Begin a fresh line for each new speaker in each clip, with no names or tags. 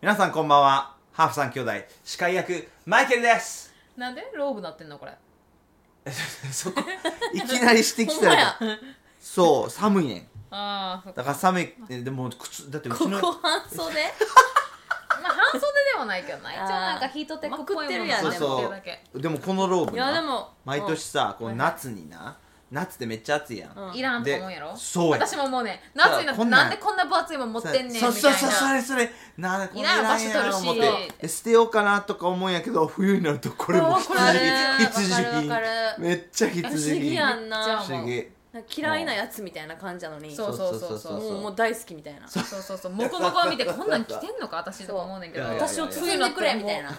皆さんこんばんはハーフ三兄弟司会役マイケルです
なんでローブなってんのこれ
そこいきなりしてき
ほんま
た
や
らそう寒いねん
ああそっか
だから寒いえでも靴だってう
こ
ちの
こ半袖まあ半袖ではないけどな一応なんかヒートテックっぽいもの
ま
そう
くってるやん
持って
そ
るだけ
うでもこのローブ
いや
な
でも
毎年さこ
は
う
いはい
夏にな夏ってめっちゃ暑いやん、
うん
いらんと思うんやろ
でそうや
私ももうね夏にな
そ
って
うこんなん
なんでこんな分厚いもん持ってんねんみたい
そ
な
うそうそうそれそれなあこんない
いな
ら
場
ん
所
やろ思っ
取るして
で捨てようかなとか思うんやけど冬になるとこれも
わ
必
か
需
る
品必需
わかるわ
品
かる
めっちゃ必
不
需
思議や
品
ん
めっちゃ
な
思う
不思議
なんか嫌いなやつみたいな感じなのに
そうそうそ
そ
うそうう
そう
もうもう大好きみたいな
そうそうそうそうモコモコは見てこんなん着てんのか私とか思うねんけど
そういやいやいや
私を包んでくれみたいな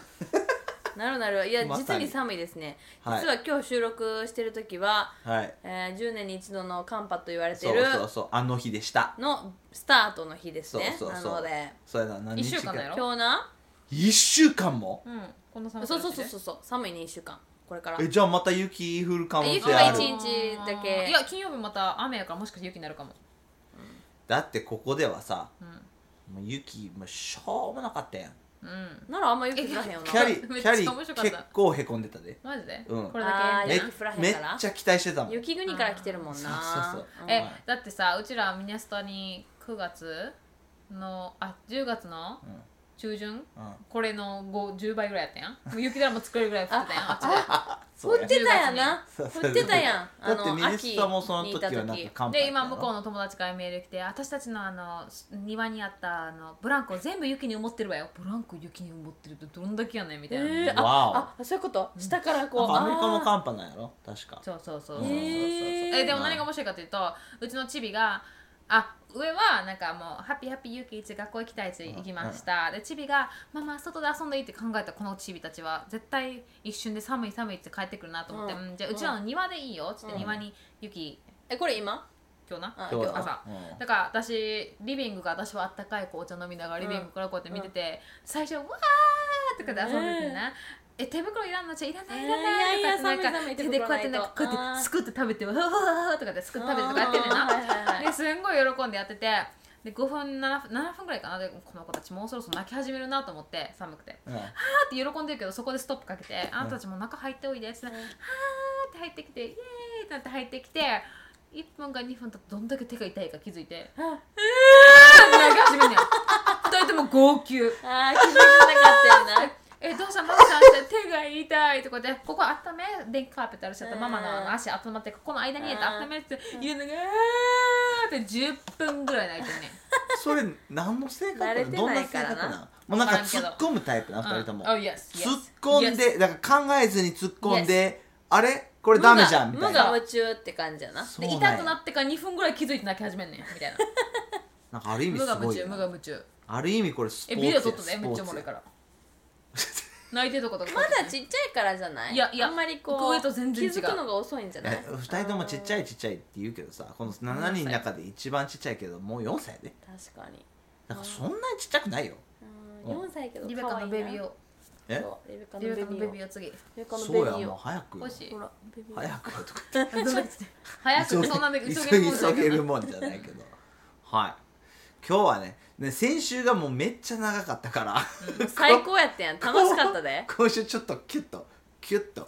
なるなるいや
まさ
実
に
に寒いですね
はい
実は今日収録してる時は
はい
えー10年に一度の寒波と言われて
そ
いうる
そうそうあの日でした
のスタートの日ですね
そうそう
な
そう
ので
そうやな何日
一週間だよ
今日な
一週間も
うんこんな寒さ
そう
の
そう
時
そうそうそう寒いね1週間これから
えじゃあまた雪降る可能
で
性
雪
あ
が
る
一日だけ
あーいや金曜日また雨やからもしかして雪になるかも
だってここではさ
うん
もう雪もうしょうもなかったやん
うん
ならあんま雪降らへんよな
キャリキ
めっち
ャ
ゃ
リ
面白かった
結構へこんでたで
マジで
うん
これだ
あー
け
め
や雪降らへん
めっ
から
ちゃ期待してたもん
雪国から来てるもんな
そうそうそう
うん
え
はい
だってさうちらミネストに9月のあ10月の
うん
中旬
うん
これの5 10倍ぐらいや ったやんもう雪だるま作れるぐらい降ってたやんあっちで
そ
降
うや
ってたやな
そうそう
降ってたやん
だってミネストもその時はなんか乾杯
で今向こうの友達からメール来て私たちのあのす庭にあったあのブランコ全部雪に埋もってるわよブランコ雪に埋もってるってどんだけやねんみたいな、
えー
わ
ああそういうこと下からこ
な
う
んかアメリカも
あ
カンパなんやろ確か
そうそうそう
うんそうそうそう
そう、
へー
えでも何が面白いかというとうちのチビがあ上はなんかもう「ハッピーハッピーユキいち学校行きたい」いち行きましたでチビが「ママ外で遊んでいい」って考えたこのチビたちは絶対一瞬で寒い寒いって帰ってくるなと思って「
う
うんんじゃあうちらの庭でいいよ」っつって
うん
庭に雪
ーえこれ今
今日な
今
あ
日
今日
朝
うん
だから私リビングが私はあったかいこうお茶飲みながらリビングからこうやって見てて、最初「わー!」とかで遊んでてな。え手袋いらんのじゃいらないいらない
えー
と
いやいや
かってなんか
寒い寒い
手でこうやってなんかこ
手
う
袋な
やっ
いとあー
てすくって食べてわーわーわーとかで、すくって食べてとかやってんねん
あーはいはいは
ないですんごい喜んでやっててで5分 7, 7分ぐらいかなでこの子たちもうそろそろ泣き始めるなと思って寒くて
うん
って喜んでるけどそこでストップかけて「あなたたちもう中入っておいで」っつって「はーって入ってきて「イエーイ!」ってなって入ってきて1分か2分とどんだけ手が痛いか気づいて「うー!」って泣き始めるのよ2人とも号泣
あー気づいてなかったよな
えどうしたママさんって手が痛いとかでここ温め電気カーペットあるしちゃった
うん
ママのあの足温まってここの間に入れて
うん
温めるって言うのが「あー!」って10分ぐらい泣いてるね
それ何の性格な
慣れ
の
て
どん
な
ない性
から
格
な
なのもうなんか
わからんけ
突
ど
っ込むタイプな2人とも
うんあ yes, yes,
突っ込ん
yes
でだから考えずに突っ込んであれこれダメじゃんみ
無
たい
我
な
夢中って感じやな
そ
で
うな
痛
ん
く
や
なってから2分ぐらい気づいて泣き始めんねん みたいな
なんかある意味
無
す
我
ごい
夢中
よ
無
な
我夢中
ある意味これスポー
え
ツ
ビデ
や
オ撮ったね
スポ
め
ー
っち
ツ
ゃおもろいから
え
泣いてるとことか
まだちっちゃいからじゃない
いやいや
あんまりこ
こ
う
ういうと全然違う
気づくのが遅いんじゃない
2人ともちっちゃいちっちゃいって言うけどさこの7人の中で一番ちっちゃいけどもう4歳やで
確かに
だからそんなにちっちゃくないよ
うん4歳やけど
リベカのベビー
を
を
え
リベカの
リベ
ベビ
カのベ
ーを
ビーを 次
リベカのベビ
そうや
ー
もう
を
早く
欲しい
ほらベビーを
早くよとか
あどうやって早
急
く
げ
そんなんで急
急
げ
ぎ
るもんじ
急
ゃない
げるもんじゃないけどはい今日はねね先週がもうめっちゃ長かったから
最高やったやん楽しかっ たで
今週ちょっとキュッとキュッと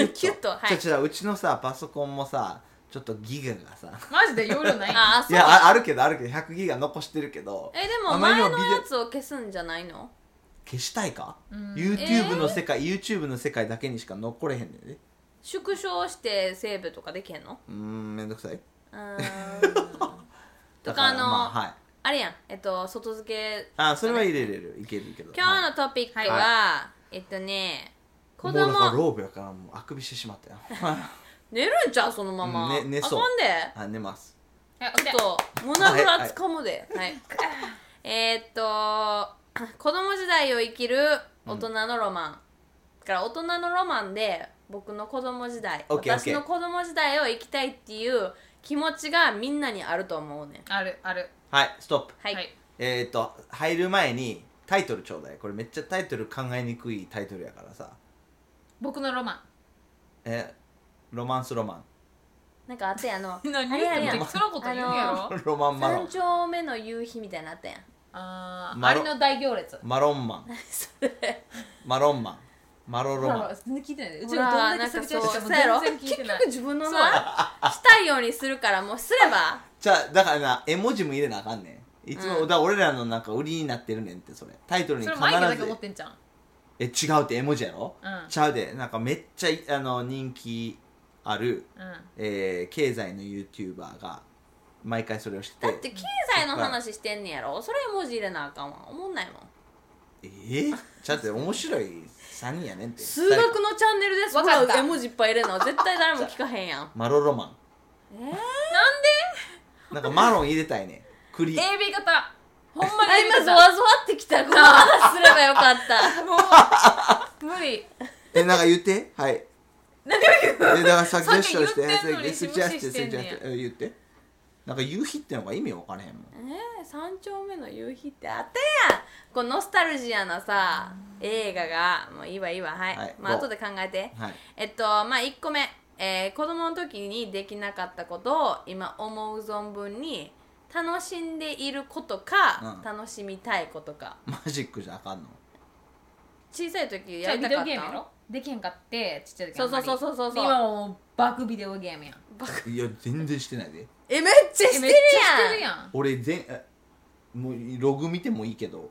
キュッと
キュッとはい
ちょちょうちのさパソコンもさちょっとギガがさ
マジで容量ない
ああ
い
そう
やああるけどあるけど100ギガ残してるけど
えで
あ
も
まり
前
にも
の
ビデオ
やつを消すんじゃないの
消したいか、
うん
YouTube の世界、YouTube の世界だけにしか残れへんねんで
縮小してセーブとかできへんの
うーんめんどくさいう
ーんと
だ
かあの
まあ、はい
あれやんえっと外付け
あそれは入れれるいけるけど
今日
は
のトピックは、えっとね子供
もうだからローブやからもうあくびしてしまったよ
寝るんちゃうそのまま、
うんね寝そう
あかんで
あ寝ます
はい起きて
ちょっと胸ぐらつかむではい、えーっと 子供時代を生きる大人のロマン、だから大人のロマンで僕の子供時代
OK
私の
OK
子供時代を生きたいっていう気持ちがみんなにあると思うねん
あるある
はいストップ
はい、
えっ、ー、と入る前にタイトルちょうだいこれめっちゃタイトル考えにくいタイトルやからさ
僕のロマン
えロマンスロ マ
なんかあったやんあの
何
あれや
言
ん
っても適当なこと言うんやろ
ンロマンマロン
三丁目の夕日みたいなのあったやん
あー
マ
ア
ロ
リの大行列
マロンマン
それ
マロンマンマロロマン
全然聞いてないでう
ほ
ちら
ら
どん
な
だ
ん
け削
か
除
そう
しても
そうやろ
全然聞い
結
てない
局自分の
そう
なしたいようにするからもうすれば
じゃあだからな絵文字も入れなあかんねんいつも、
う
だ
ん
から俺らのなんか売りになってるねんってそれタイトルに
それ
必
マイケだけ
ず
持ってんじゃん
え違うって絵文字やろ、
うん
ちゃうでなんかめっちゃいあの人気ある、
うん
えー経済の YouTuber が毎回それをして
だって経済の話してんねやろそれ文字入れなあかんわ思んないもん
えー、ちゃうって面白い3人やねんって
数学
二
の
人
チャンネルです
わかった
ほら絵文字いっぱい入れる の絶対誰も聞かへんやん
マロロマ
えー、
ンなんかマロン入れたいねん栗
AB 型ほんまに
あ
AB
今ゾ
型
ワゾワってきたこの話すればよかった
もう無理
えなんか言ってはい
何を
えだからさっき
さっ
ジ
き
ェスチャーして
言ってんのに
はいスジェスチャーして
無視してんねや
スジェスチャーしてえ言ってなんか夕日ってのが意味わからへんもん
えー、三丁目の夕日ってあったやんこうノスタルジアなさ映画がもういいわいいわはい、
はい
まあ
どう
後で考えて
はい
えっとまあ1個目、えー子供の時にできなかったことを今思う存分に楽しんでいることか、
うん
楽しみたいことか
マジックじゃあかんの
小さい時
じゃあ
やり
ビ
た
デ
か
オ
っ
ゲーム
た
やろできへんかってちっちゃい時
そうそうそう
う
そうそうそう
今はもうバックビデオゲームやん
バカ
いや全然してないで
えめっちゃしてる
めっち
やん
ゃしてるやん
俺全えもうログ見てもいいけど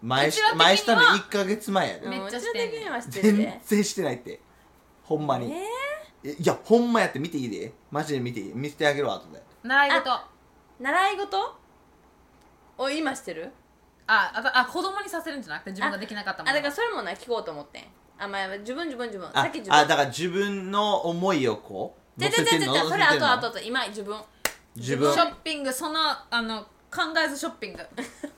前し
うちら的には
前下の1か月前やで
んめっちゃしてんねん
う的にはしてる
全
で
然してないってほんま
え
に
ー
えいやほんまやって見ていいでマジで見ていい見せてあげるわ後で
習い事あ
習い事を今してる
あとあ子供にさせるんじゃなくて自分ができなかった
あ
もん
だからそれもな聞こうと思ってんあまあ自分自分自分さ
あ
っき自分
あだから自分の思いをこう
じゃ
乗
じゃ
せ
じ
て
ゃ
んの
じゃ
乗
そ
せ
れ
て
あ
んの
とあとあと今自分
自
シ
分
ョッピングそのあの考えずショッピング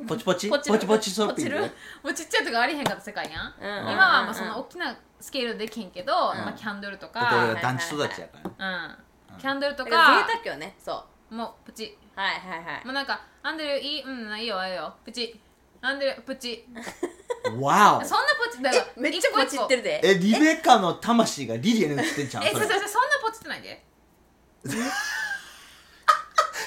ポチポチ
ポ
ポ
チる
チポチショッピン
ポチ
グ
る
もうちっちゃい時ありへんかった世界やん、
うんうんうん
今はまあその大きなスケールできへんけど、まあ、キャンドルと
だって俺は
か、
団地育ちやから
うん、キャンドルと
だから
か
贅沢よねそう
もうプチ
はいはいはい
もうなんか「アンドリューいいうんいいよいいよプチ」アンドリュープチ
わお
そんなポチだよ
えめっちゃポチってるで
えリベカの魂がリリエに映ってんちゃう
え
そ
そうそ
れ
うそうそんなポチってないで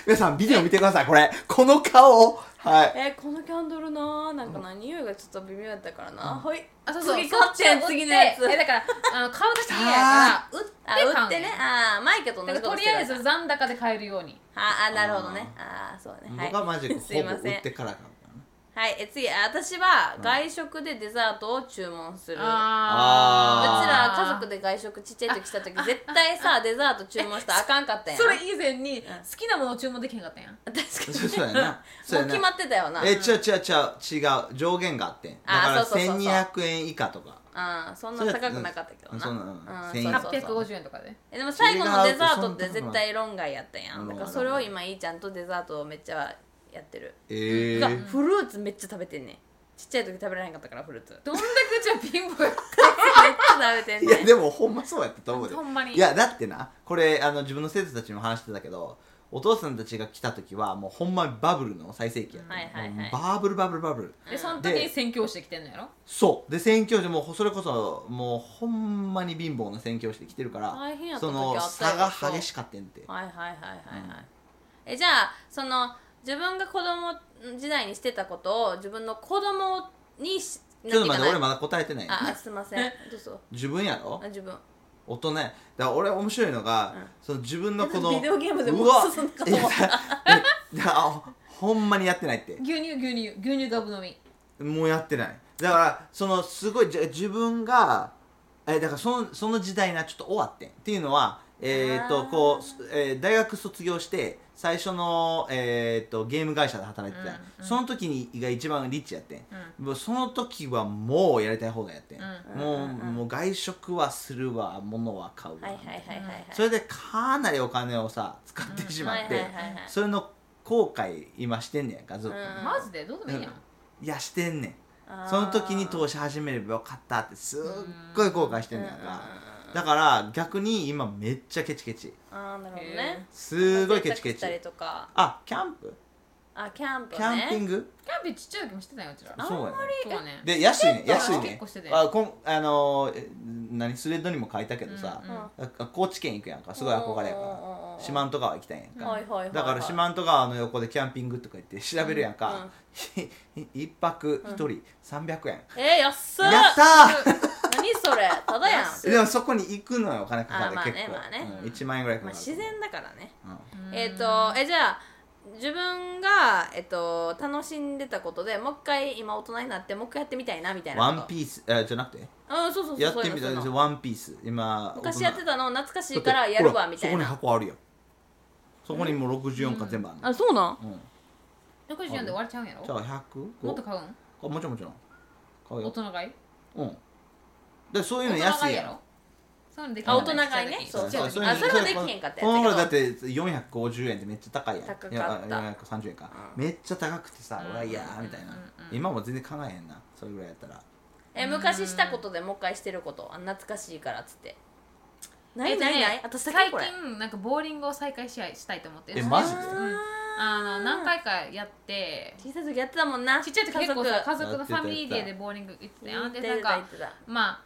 皆さんビデオ見てくださいこれこの顔はい
えこのキャンドルななんかな匂いがちょっと微妙だったからな、はい
あそうそう
次買ってん
そちを売
次のやつ
えだからあの顔出していいや から売って
あ
買う
売ってねあーマイケと同
だ
じ
か
こ
らと
として
り
る
あえず残高で買えるように
ああなるほどねああそうねはい
僕はマジック
すい
ほ
ま
ぼ
せ
売
ん
ってからかも
はいえ次あ私は外食でデザートを注文するうちら
あ
家族
で
で外食ちっちゃい時した時絶対さデザート注文したらあかんかったやん
それ以前に好きなものを注文できへんかったんやん
確かに
そうそうやなそう
もう
やな
決まってたよな
え違う違う違う違う上限があってんだ
あー
から
そうそうそうそう
1200円以下とか
ああそんな高くなかったけどな
そんな
うん
千円
そうそうそう
850円とかで
えでも最後のデザートって絶対論外やったやん
うん
だからそれを今いいちゃんとデザートをめっちゃやってる
え
が
ー
フルーツめっちゃ食べてんねんちっちゃい時食べられへんかったからフルー ツめっち
どんだけじゃ貧 乏やっ
ゃ食べてん
い
ね
や
ん
でもほんまそうやったと思うで
ほんまに
いやだってなこれあの自分の生徒たちにも話してたけどお父さんたちが来た時はもうほんまバブルの最盛期やった、
はいはいはい
もうバブルバブルバブル
たでその時に宣教してきてんのやろ
そうで宣教師もうそれこそもうほんまに貧乏な宣教師で来てるから
大変やった
そ
時
の
あった
差
よ
が激しかったんて
はいはいはいはいはい、えじゃあその自分が子供時代にしてたことを自分の子供にし
ちょっと待って
な
俺
んて
まだ答えてない
言うかなああすいませんどうぞ
自分やろ
あ自分
大人やだから俺面白いのが、その自分のこの
ビデオゲームでも
うわ
う進んだかと思っ
ええあほんまにやってないって
牛乳牛乳牛乳ガブ飲み
もうやってないだからそのすごいじゃ自分がえだからそのその時代なちょっと終わってんっていうのはえっ
あ
と
ー
こう、すえー大学卒業して最初の、えー、とゲーム会社で働いてた、
うんうん
その時にが一番リッチやってん
うん
もうその時はもうやりたい方がやってん、
うん
もう,、
うんうんうん
もう外食はするわ物は買うわ、
はいはいはいはいはい
それでかなりお金をさ使ってしまって、
はいはいはいはい
それの後悔今してんねやんかずっと、
うん
マジでどうでもいいやん
いやしてんねん
あー
その時に投資始めればよかったってすっごい後悔してんねやんか
うんうんうん
だから逆に今めっちゃケチケチ
あーなるほど
へー
ね
すごいケチケ
贅沢し
チ
たりとか
あキャンプ
あキャンプ
キ
ね
ャンピング
キャンピちっちゃい時もしてたようちら
あん
そうやね
まり
そうね
で安いね
テントは
安いね
結構してたよ
あこんあのーえ何スレッドにも書いたけどさ
うんうん
あ高知県行くやんかすごい憧れや
うんう
か
んうんうん
四万十川行きたいやんか、
はいはいはいはい
だから四万十川の横でキャンピングとか言って調べるやんか、ひ ひ一泊一人300円、
えー、安っ
やったー
何それただやん
でもそこに行くのよお金かかる
あまあね
結構、
まあね
うん、1万円ぐらいか
まあ
かる、
自然だからね
うん
えっ、とえじゃあ自分が、えっと、楽しんでたことでもう一回今大人になってもう一回やってみたいなみたいな
ワ
こと
ンピースえじゃなくて
あそうそうそう
やっ
そう
て
いう
み
の
た
そ
ら
ういうの
ワンピース今
昔やって
た
たの懐かしいからやるわみたい
そ
な
こに箱あるよそこにもう64巻全部あるの
あそうなん
うん
64で終わっちゃうんや
じゃ
ろ
あ100
もっと買うん
あもちろんもちろん買う
大
よ
人買い
うんでそういう
大
の
人
安
買
い
いや
や
ろ
ろ
そういうのでき
あ大人買いね
そう
そう
そう
うあそれはできへんかったやつやけど
この頃だって450円ってめっちゃ高いやん
高かった
いやあ430円か、めっちゃ高くてさ、
うん
うわいやーみたいな、
うんうん
今も全然考えへんなそれぐらいやったら
え昔したことでもう一回してることあ懐かしいからっつってないないない私先
最
これ
近なんかボーリングを再開し合いしたいと思ってる
えマジで
うんあの何回かやって
小さい時やってたもんな
ちっちゃい時結構さ
家
家族のファミリーデーでボーリング行ってたやんで
族言
な
っ
ん
てた言
か
ってた
まあ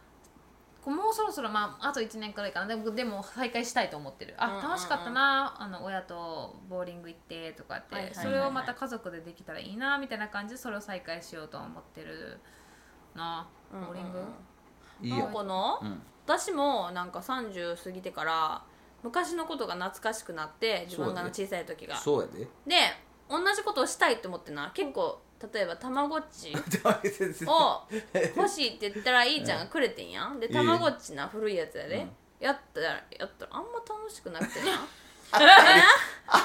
こうもうそろそろ、まあ、あと1年くらいかなでもでも再開したいと思ってる
うんうん
あ
うん
楽しかったなあの親とボーリング行ってとかって、
はいはいはい
それをまた家族でできたらいいなみたいな感じでそれを再開しようと思ってるな
うんうん
ボーリング、
いい
もう
よ、
この
うん、
私もなんか30過ぎてから昔のことが懐かしくなって自分が
そうだね
小さい時が
そうやで
で同じことをしたいと思ってな結構例えばたまごっ ちを欲しいって言ったらいいちゃんがくれてんやんで
ええ
たまごっちな古いやつやで、
うん
やったらやったらあんま楽しくなくて な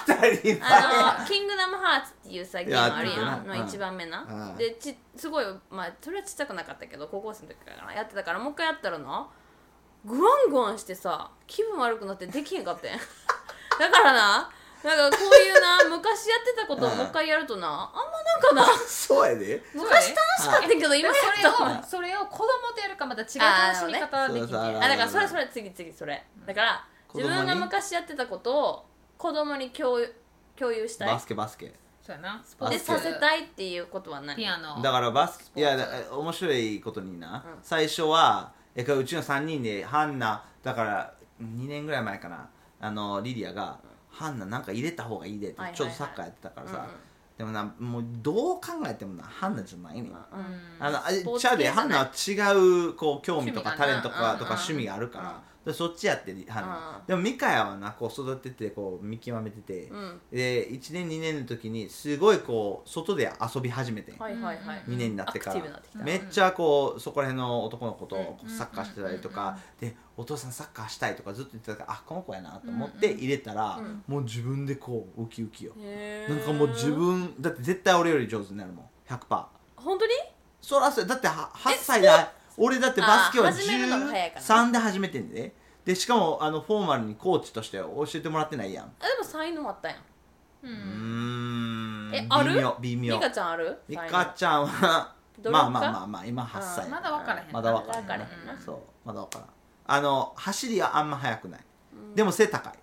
当たり前
あの「キングダムハーツ」っていうさゲームある
や
や
っ
ん
てたな
の一番目な、
うん
でちすごいまあそれはちっちゃくなかったけど高校生の時からかなやってたからもう一回やったらなグワングワンしてさ気分悪くなってできへんか ったんだからななんかこういうな昔やってたことをもう一回やるとなあんまなんかな
そうやで
昔楽
楽しかったけど今やった
そ
わ
れをそれを子供とやるかまた違う楽しみ方できて
あーなるほどねそうそう
あだからそれそれ次次それだから
子供
自
に
分が昔やってたことを子供に共有共有したい
バスケバスケ
そうやなスポー
で
ツ
させたいっていうことは何
ピアノ
だからバスケいやだ
ス
面白いことにな、
うん
最初はえかうちの3人でハンナだから2年ぐらい前かなあのリリアが、ハンナなんか入れた方がいいでって、
はいはいはい
ちょっとサッカーやってたからさ、
うんうん
でもなもうどう考えてもなハンナじゃないね、ん
うんうん
あのあ
スポーツ
ちゃうで
系じゃ
ハン
ない
ナは違うこう興味とか
趣
タ
味が
レ
な
ントと
うんうんう
か
ん
とか趣味があるから、でそっちやってハンナは、
うん
でもミカヤはなこう育ててこう見極めてて、
うん
で1年2年の時にすごいこう外で遊び始めてん、
はいはいはい
2年になってか
ア
ら
クティブになってきた
めっちゃこうそこら辺の男の子と
うん
こうサッカーしてたりとかでお父さんサッカーしたいとかずっと言ってたからあこの子やなと思って入れたら
うん
もう自分でこうウキウキよ
へー
なんかもう自分だって絶対俺より上手になるもん100%
本当に
そらそうだっては8歳で俺だってバスケは
あー始めるのが早いから
13で始めてんででしかもあのフォーマルにコーチとして教えてもらってないやん
あでも才能あったやん
う
うんーん
えある
微妙微妙
リカちゃんある
ミカちゃんは
ドロ
ま
ッ
あ
プ
まあまあまあ今8歳
うん
まだ分からへん
まだ分からへん
まだ分からへんな
そうまだ分からんあの走りはあんま速くない、でも背高い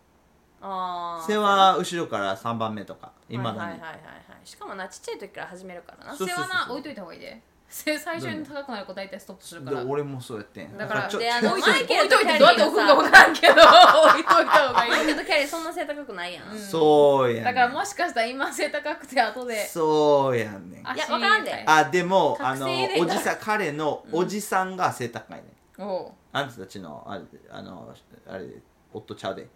あー
背は後ろから3番目とか
はい
今だに、
はいはいはいはいしかもなちっちゃい時から始めるからな
そう
背
そうそう
はな置いといた方がいいで背最初に高くなる子大体ストップするから
で俺もそうやってん
だから
ちょ
であ
ちょ
の
置い
マイケルと
といてどうやって置くんか分からんけど置いといた方が
マイ
いい
ケルとキャリーそんな背高くないやん
うん
そうやねん
だからもしかしたら今背高くて後で
そうやねん
足
いやわからんで
あでもあ
覚醒
の
入れが
おじさん彼のおじさんが背高いね、、
おうん
あんたたちのあれあのあれ夫ちゃうで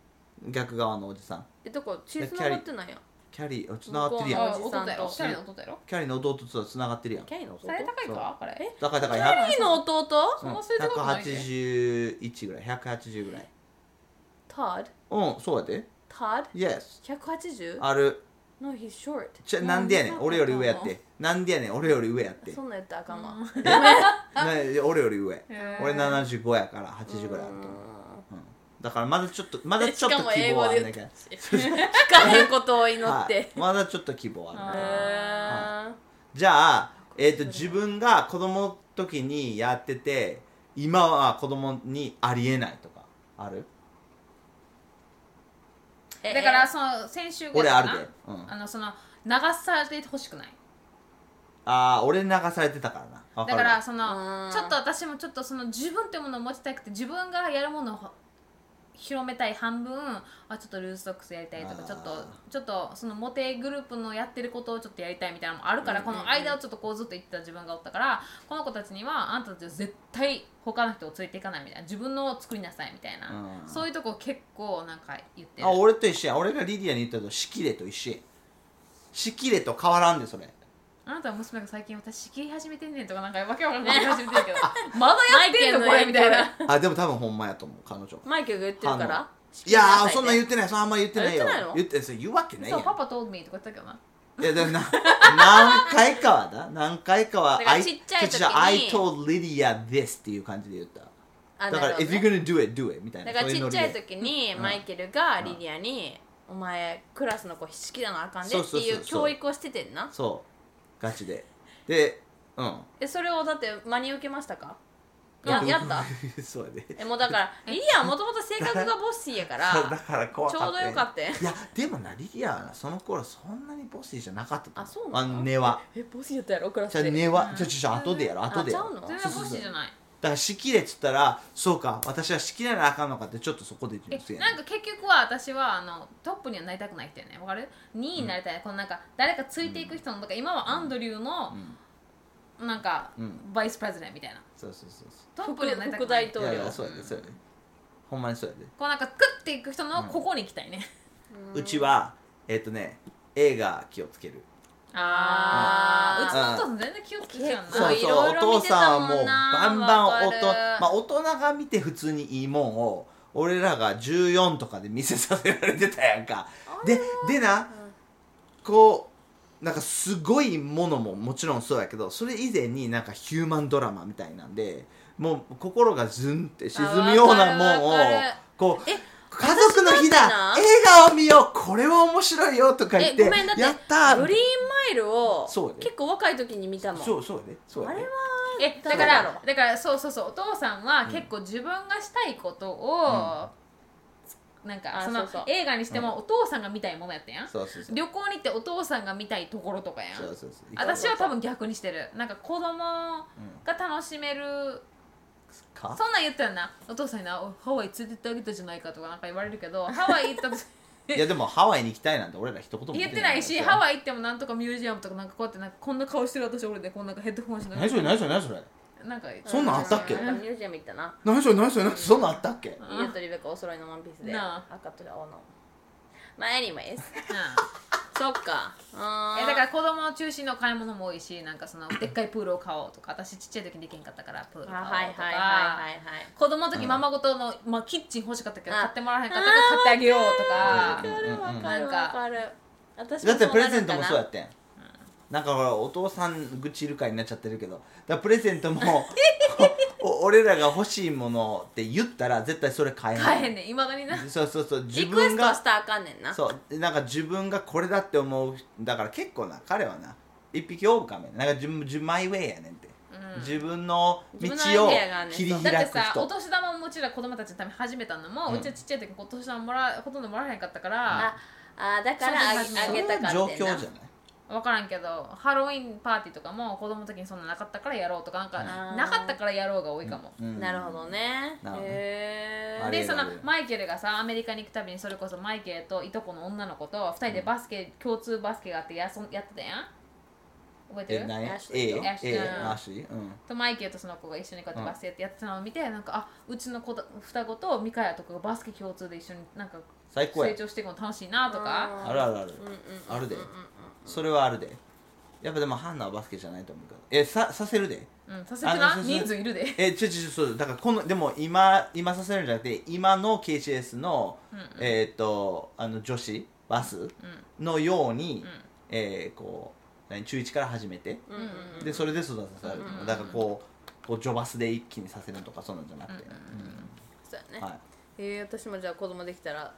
逆側のおじさん
えどこ血
で
つながってないやん
キャリーつながってるやん
あ
向こうのおじ
弟
さんと
やろキャリ
キャリ
ーの弟やろ
ーの弟とつながってるやん
キャリーの弟
背高いかこれ
だからだか
キ
ら
ャリーの弟
そんな背高くないで
181ぐらい180ぐらい
タッド
うんそうやで
タッ
Yes
ド 180?
ある
No, he's short
ちゃなんでやねん俺より上やってなんでやねん俺より上やって
そんなんやったらあかんわ
な俺より上
へー
俺75やから80ぐらいあると思ううんだからまだちょっとまだちょっと
しかも
希
英
望は
語
ある
で
ん
言
だ
っ
け
て
ど
聞かへんことを祈っ
は
て
いまだちょっと希望はあるんだけど
へー
じゃあ、えー、と自分が子供の時にやってて今は子供にありえないとかある
え
だから
え
その先週ぐ
俺
ら
あ
いか
る
な
で、うん、あ
あのその流されてほしくない
あー俺流されてたからなわ
だ
るわ
からそ
うん
のちょっと私もちょっとその自分ってものを持ちたくて自分がやるものを広めたい半分あちょっとルーズソックスやりたいとか
あー
ちょっとちょっとそのモテグループのやってることをちょっとやりたいみたいなのもあるから、
うんうんうん
この間をちょっとこうずっと言ってた自分がおったからこの子たちにはあんたたちは絶対他の人を連れていかないみたいな自分のを作りなさいみたいな、
うん
そういうとこ結構なんか言ってる
あ俺と一緒や俺がリディアに言ったとしきれと一緒やしきれと変わらんでそれ
あなたは娘が最近私仕切り始めてんねんとかなんかわけわからない話して るけどまだやってんのこれみたいな
あでも多分ほんまやと思う彼女
マイケルが言ってるか
反応
ら
いやーそんなん言
う
ってないそんなあんま言ってないよ
言ってないの
それ言うわけないや
そ
ん
うパパ told me とか言ってたけどない
やでもな何回かはな何回かは
だから
I-
ちっちゃい時
違う
に
違う I told Lydia this っていう感じで言った
だ
だから、if you're gonna do it, do it みたいな。
だから
そうう
ち
ノ
っ
リ
ち
で
ゃい時に
うん
マイケルがリディアに「お前クラスの子好きだなあかんで」
そう
って
そうそう
い
そう
う教育をしててんな
そう、ガチで。で、うん。
えそれをだって真に受けましたかややった
そうやで。
えもうだから リディアはもともと性格がボッシーやか
だ
ら
から怖かった、
ちょうどよかったよ
いや、でもな、リリアはな、その頃そんなにボスじゃなかったと思
あそうなの
あ根は。
えボッシーやったやろクラ
じゃ
ス
あ
で
根は、じゃあちょちょ、後でやろ、後でやろ。
あちゃうの
全然欲しいじゃない
だから、しきれっつったら、そうか、私はしきれなあかんのかって、ちょっとそこで言って
えなんか結局は私はあのトップにはなりたくない人やねわかる ?2 位になりたい、このなんか誰かついていく人のだから今はアンドリューの、なんか、
うん
バイスプレゼデントみたいな
そうそうそうそ
トップにはなりたく
副
な
大
い
う。
こ
統
い
領
やいや、そうやで、そうやで。ほんまにそうやで。
うなんかクっていく人のここに行きたいね、
うちは、えっ、とね、映画気をつける。
あ
あー
あうちのお父さん全然気をつけてやんな
そ
そうう
い
そう
ろ
お
いろ
父
見て
さ
た
んは
も
も
ん
う
な
バンバンお
わかる
と、まあ、大人が見て普通にいいもんを俺らが14とかで見せさせられてたやんかででなこうなんかすごいものももちろんそうやけどそれ以前になんかヒューマンドラマみたいなんでもう心がズンって沈むようなもんを
あわかるわかる
こう
え
家族の日
私
だ
だってな
映画を見ようこれは面白いよとか言って
えごめんだって
やったー
グリーンマイルを
そうやで
結構若い時に見たもん
そうそうやねそうやね
あれは
えだか
そうだろ
らだからそうそうそうお父さんは結構自分がしたいことを、なんか
あ
その
そうそう
映画にしても、お父さんが見たいものやったやん
そうそうそう
旅行に行ってお父さんが見たいところとかやん
そうそうそう
私は多分逆にしてるなんか子供が楽しめる、
か
そんなん言ったよなお父さんになおハワイ連れてってあげたじゃないかとかなんか言われるけどハワイ 行ったと
いやでもハワイに行きたいなんて俺ら一言も
言ってないしハ
イ
ワイ行ってもなんとかミュージアムとかなんかこうやってなんかこんな顔してる私俺でこうなんかヘッドホンしながら
何それ何それ何それ
なんか
そんなんあったっけ
ミュージアム行ったな
何それ何それ何それそんなんあったっけ
ん
イリアとリベカお揃いのワンピースで
な
赤と青のまあ anyways
うん
そっかうーん
えだから子供中心の買い物も多いしなんかそのでっかいプールを買おうとか私ちっちゃい時にできんかったからプール買お
あ
うとか、
はいはいはいはいはい
子供の時
うん
ママごとの、まあ、キッチン欲しかったけど
あ
買ってもらわへんかったから買ってあげようとか
うんうんうん
わかるわかる私も
だってプレゼントもそうや
っ
ってんなんかほらお父さん愚痴いるかになっちゃってるけどだからプレゼントもお俺らが欲しいものって言ったら絶対それ買えない
買えへんねんいまだにな
そうそうそう自
リクエ
分
スト
が
したらあかんねんな
そうなんか自分がこれだって思うだから結構な彼はな一匹狼なんか自分自マイウェイやねんって、自分の道
自分の
を
アイデアがあんねん
切り
そう
だっ
開
て
く
さお
人
年玉ももちろん子供たちのために始めたのも、う
うん
ちはちっちゃい時お年玉もらほとんどもらわへんかったから
あ、あだからあげ
そうそうそう
あげたか
状況
ってん
じゃ
な
ない
分からんけどハロウィンパーティーとかも子供の時にそんななかったからやろうとかなんか
うん
なかったからやろうが多いかも、
うん
なるほどね
なるほどね
へ
あ
え
れ
でその
あれ
マイケルがさアメリカに行くたびにそれこそマイケルといとこの女の子と2人でバスケ、共通バスケがあってやそんやってたやん覚えて
え
る
何
ア
A
シュ
よ A
リー
よ
アシュリー
アシュリーうん
とマイケルとその子が一緒にこうやってバスケやってやってたのを見て、なんかあうちの子と双子とミカヤとかがバスケ共通で一緒になんか
最高や
成長していくの楽しいなとか
あるあるある
うんうん
あるでそれはあるでやっぱでもハンナはバスケじゃないと思うからえささせるで
うんさせてな
あの
人数いるで
えちょちょちょそうだからこのでも今今させるんじゃなくて今の KCS の、えーっとあの女子バスのように、えーこう何中1から始めて、
うんうん
でそれで育てされる、だからこうこうジョバスで一気にさせるとかそうなんじゃなくて、
そうやね
はい
えー、私もじゃあ子供できたら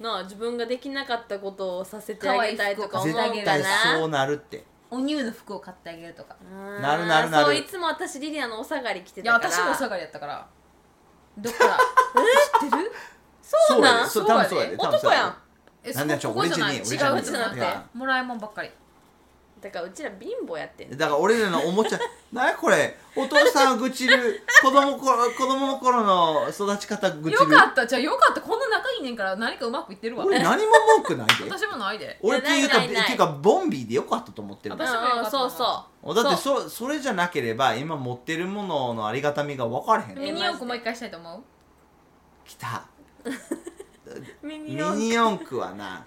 なあ自分ができなかったことをさせてあげたいとか思う
絶
んだ
対
な
そうなるって
お乳の服を買ってあげるとか
うん
なるなるなる
そういつも私リリアのお下がり着て
い
た
や
から
私もお下がりやったからどっから 知ってる
そうなん
そう
そう
多
や
分そ
で
うやで多分
男
そうや
や
で
え
ん
なんでやっちゃう
ここじゃない
俺
違
じ
う
ゃねえ
じゃなく
俺じゃね
てもらいもんばっかり
だだからうちら貧乏やってんね
だから俺らのおもちゃ なにこれお父さん愚痴る子供こ子供の頃の育ち方愚痴
よ
る
かったじゃあよかったこんな仲いいねんから何かうまくいってるわ
俺何も文句ないで
私もないで
俺っていうか
ないないない
っていうかボンビーでよかったと思ってる
う
私もよかった
ん
な
そうそう
だってそそれじゃなければ今持ってるもののありがたみが分からへん
ミニ四駆もう一回したいと思う
きた
うミ
ミ
ニ四
ニ四駆はな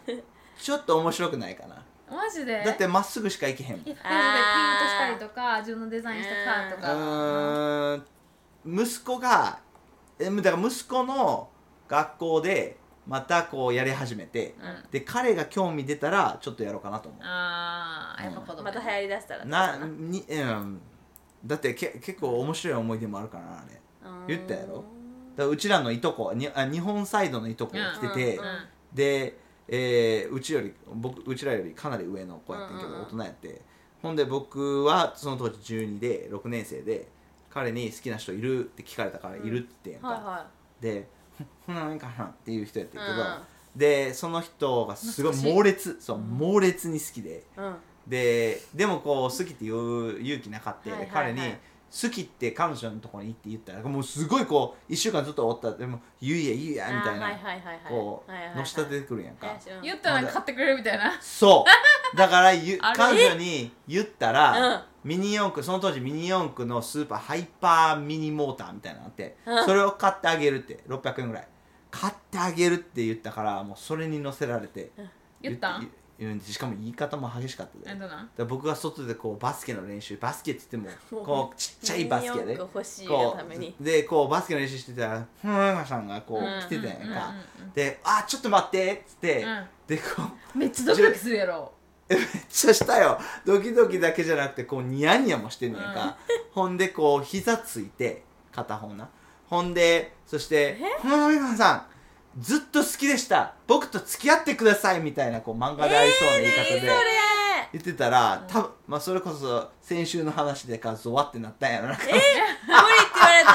ちょっと面白くないかな
マジで
だってまっすぐしか行けへんもん
いやでもね
あー
ペイントしたりとか自分のデザインしたカーと
う
か
ーん息子がえだから息子の学校でまたこうやり始めて、
うん
で彼が興味出たらちょっとやろうかなと思
あーやっぱ子供
また流行りだしたら
うなに、うん、だってけ結構面白い思い出もあるからなあれだか
うん
言ったやろらうちらのいとこにあ日本サイドのいとこが来てて、
うんうんうん
で、えーうちより僕うちらよりかなり上の子やってんけど、
うんうんうん
大人やってほんで僕はその当時12で6年生で彼に好きな人いるって聞かれたからいるって言ってんやんか、
はいは
で「ふんなんかな」っていう人やってんけど、
う
でその人がすごい猛烈そう猛烈に好きで
いうん
ででもこう好きって言う勇気なかった、
はいはいは
彼
い
に「好きって彼女のところに行って言ったらもうすごいこう1週間ずっとおったらでも「言うや言うや」みたいな、
あーはいはいはいはい
こう、
はいはいはい
のし立ててくるんやんか、
えしうん
言ったら買ってくれるみたいな
そうだからゆ
あれ
彼女に言ったら、ミニ四駆その当時ミニ四駆のスーパーハイパーミニモーターみたいなのあって、
うん
それを買ってあげるって600円ぐらい買ってあげるって言ったからもうそれに乗せられて、
言ったん
言言うんでしかも言い方も激しかった
え
で
どうなん
で僕が外でこうバスケの練習バスケって言っても
もう
こうちっちゃいバスケや
ミニ
で、
四駆欲しい
こ
がために
うでこうバスケの練習してたらふーんさんがこう来てたやん
うんうんうん
か
うん
で「あちょっと待って」っつって、
うん
でこう
めっちゃドキドキするやろ
めっちゃしたよドキドキだけじゃなくてこうニヤニヤもしてんねんか、ほんでこう膝ついて片方なほんでそして「浜辺川さんずっと好きでした僕と付き合ってください」みたいなこう漫画でありそうな言い方で、言ってたら多分、まあ、それこそ先週の話でかゾワってなったんやろな
無理って言われた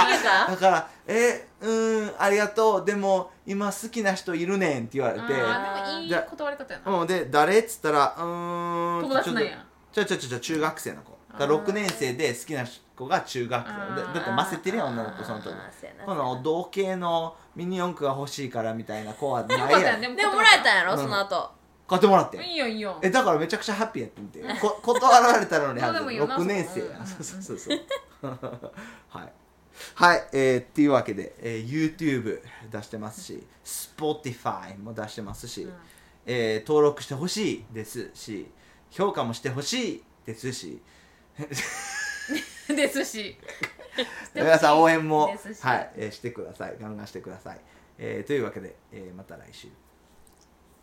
逃げた
だから「えうーんありがとうでも今好きな人いるねん」って言われて
あーでもいい
じゃ
断り方やな
うんで「誰?」っつったら「うーん」
友達なん
ちょっと
や
ちょちょちょちょ中学生の子だから
あー
6年生で好きな子が中学生で
あー
だってませてるやん女の子その時
あーそうやな
この同系のミニ四駆が欲しいからみたいな子は
よ
な
かっ
い
た
や
やん
ん
でも
でももらえたんや
うん
ろその後
買ってもらってん
いいよいいよ
えだからめちゃくちゃハッピーやってみてこ 断られたのに
どうでもいいよな
6年生や
そ
そ
こ
うそうそうそう はいはいえーっていうわけで、えー YouTube 出してますし Spotify も出してますし、えー登録してほしいですし評価もしてほしいですし
ですし
皆さん応援も
です、し
はいえーしてくださいガンガンしてください、えーというわけで、えーまた来週